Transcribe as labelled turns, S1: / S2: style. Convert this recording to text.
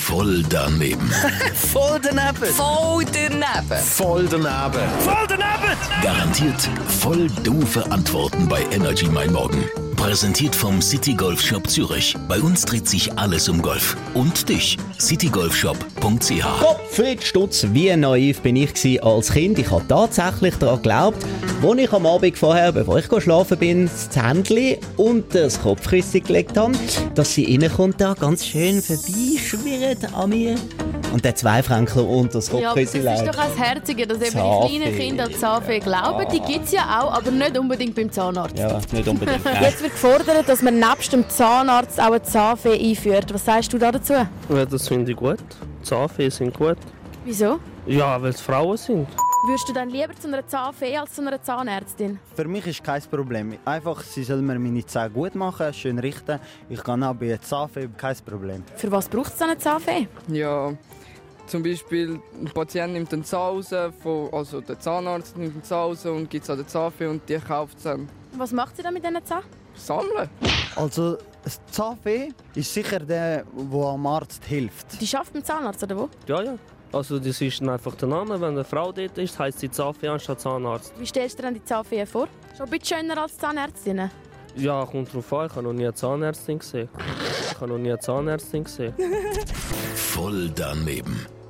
S1: Voll daneben.
S2: Voll daneben.
S3: Voll daneben.
S2: Voll daneben.
S1: Garantiert voll doofe Antworten bei Energy Mein Morgen. Präsentiert vom City Golf Shop Zürich. Bei uns dreht sich alles um Golf. Und dich, citygolfshop.ch.
S4: Kopfhütstutz, Oh, wie naiv bin ich gsi als Kind. Ich habe tatsächlich daran geglaubt, als ich am Abend vorher, bevor ich schlafen bin, das Händchen und das Kopfkissen gelegt habe, dass sie reinkommt da ganz schön vorbeischwirrt an mir und der zwei Franken unter das
S5: Ja, aber das
S4: Kopfkissen
S5: ist
S4: legt.
S5: doch als Herzige, dass eben die
S4: Zahnfee.
S5: kleinen Kinder an Zahnfee glauben. Die gibt es ja auch, aber nicht unbedingt beim Zahnarzt.
S4: Ja, nicht unbedingt. Nein.
S6: Jetzt wird gefordert, dass man nebst dem Zahnarzt auch eine Zahnfee einführt. Was sagst du da dazu?
S7: Ja, das finde ich gut. Zahnfee sind gut.
S6: Wieso?
S7: Ja, weil es Frauen sind.
S6: Würdest du dann lieber zu einer Zahnfee als zu einer Zahnärztin?
S8: Für mich ist kein Problem. Einfach, sie soll mir meine Zähne gut machen, schön richten. Ich kann auch bei der Zahnfee, kein Problem.
S6: Für was braucht es eine Zahnfee?
S9: Ja, zum Beispiel, ein Patient nimmt den Zahn raus, von, also der Zahnarzt nimmt den Zahn raus und gibt es an den Zahnfee und die kauft es dann.
S6: Was macht sie dann mit diesen Zahn?
S9: Sammeln?
S8: Also, die Zahnfee ist sicher der, der am Arzt hilft.
S6: Die schafft beim Zahnarzt oder wo?
S7: Ja, ja. Also das ist dann einfach der Name. Wenn eine Frau dort ist, heißt sie Zahnfee anstatt Zahnarzt.
S6: Wie stellst du dir dann die Zahnfee vor? Schon ein bisschen schöner als Zahnärztinnen.
S7: Ja, kommt drauf an. Ich habe noch nie eine Zahnärztin gesehen. Ich habe noch nie eine Zahnärztin gesehen.
S1: Voll daneben.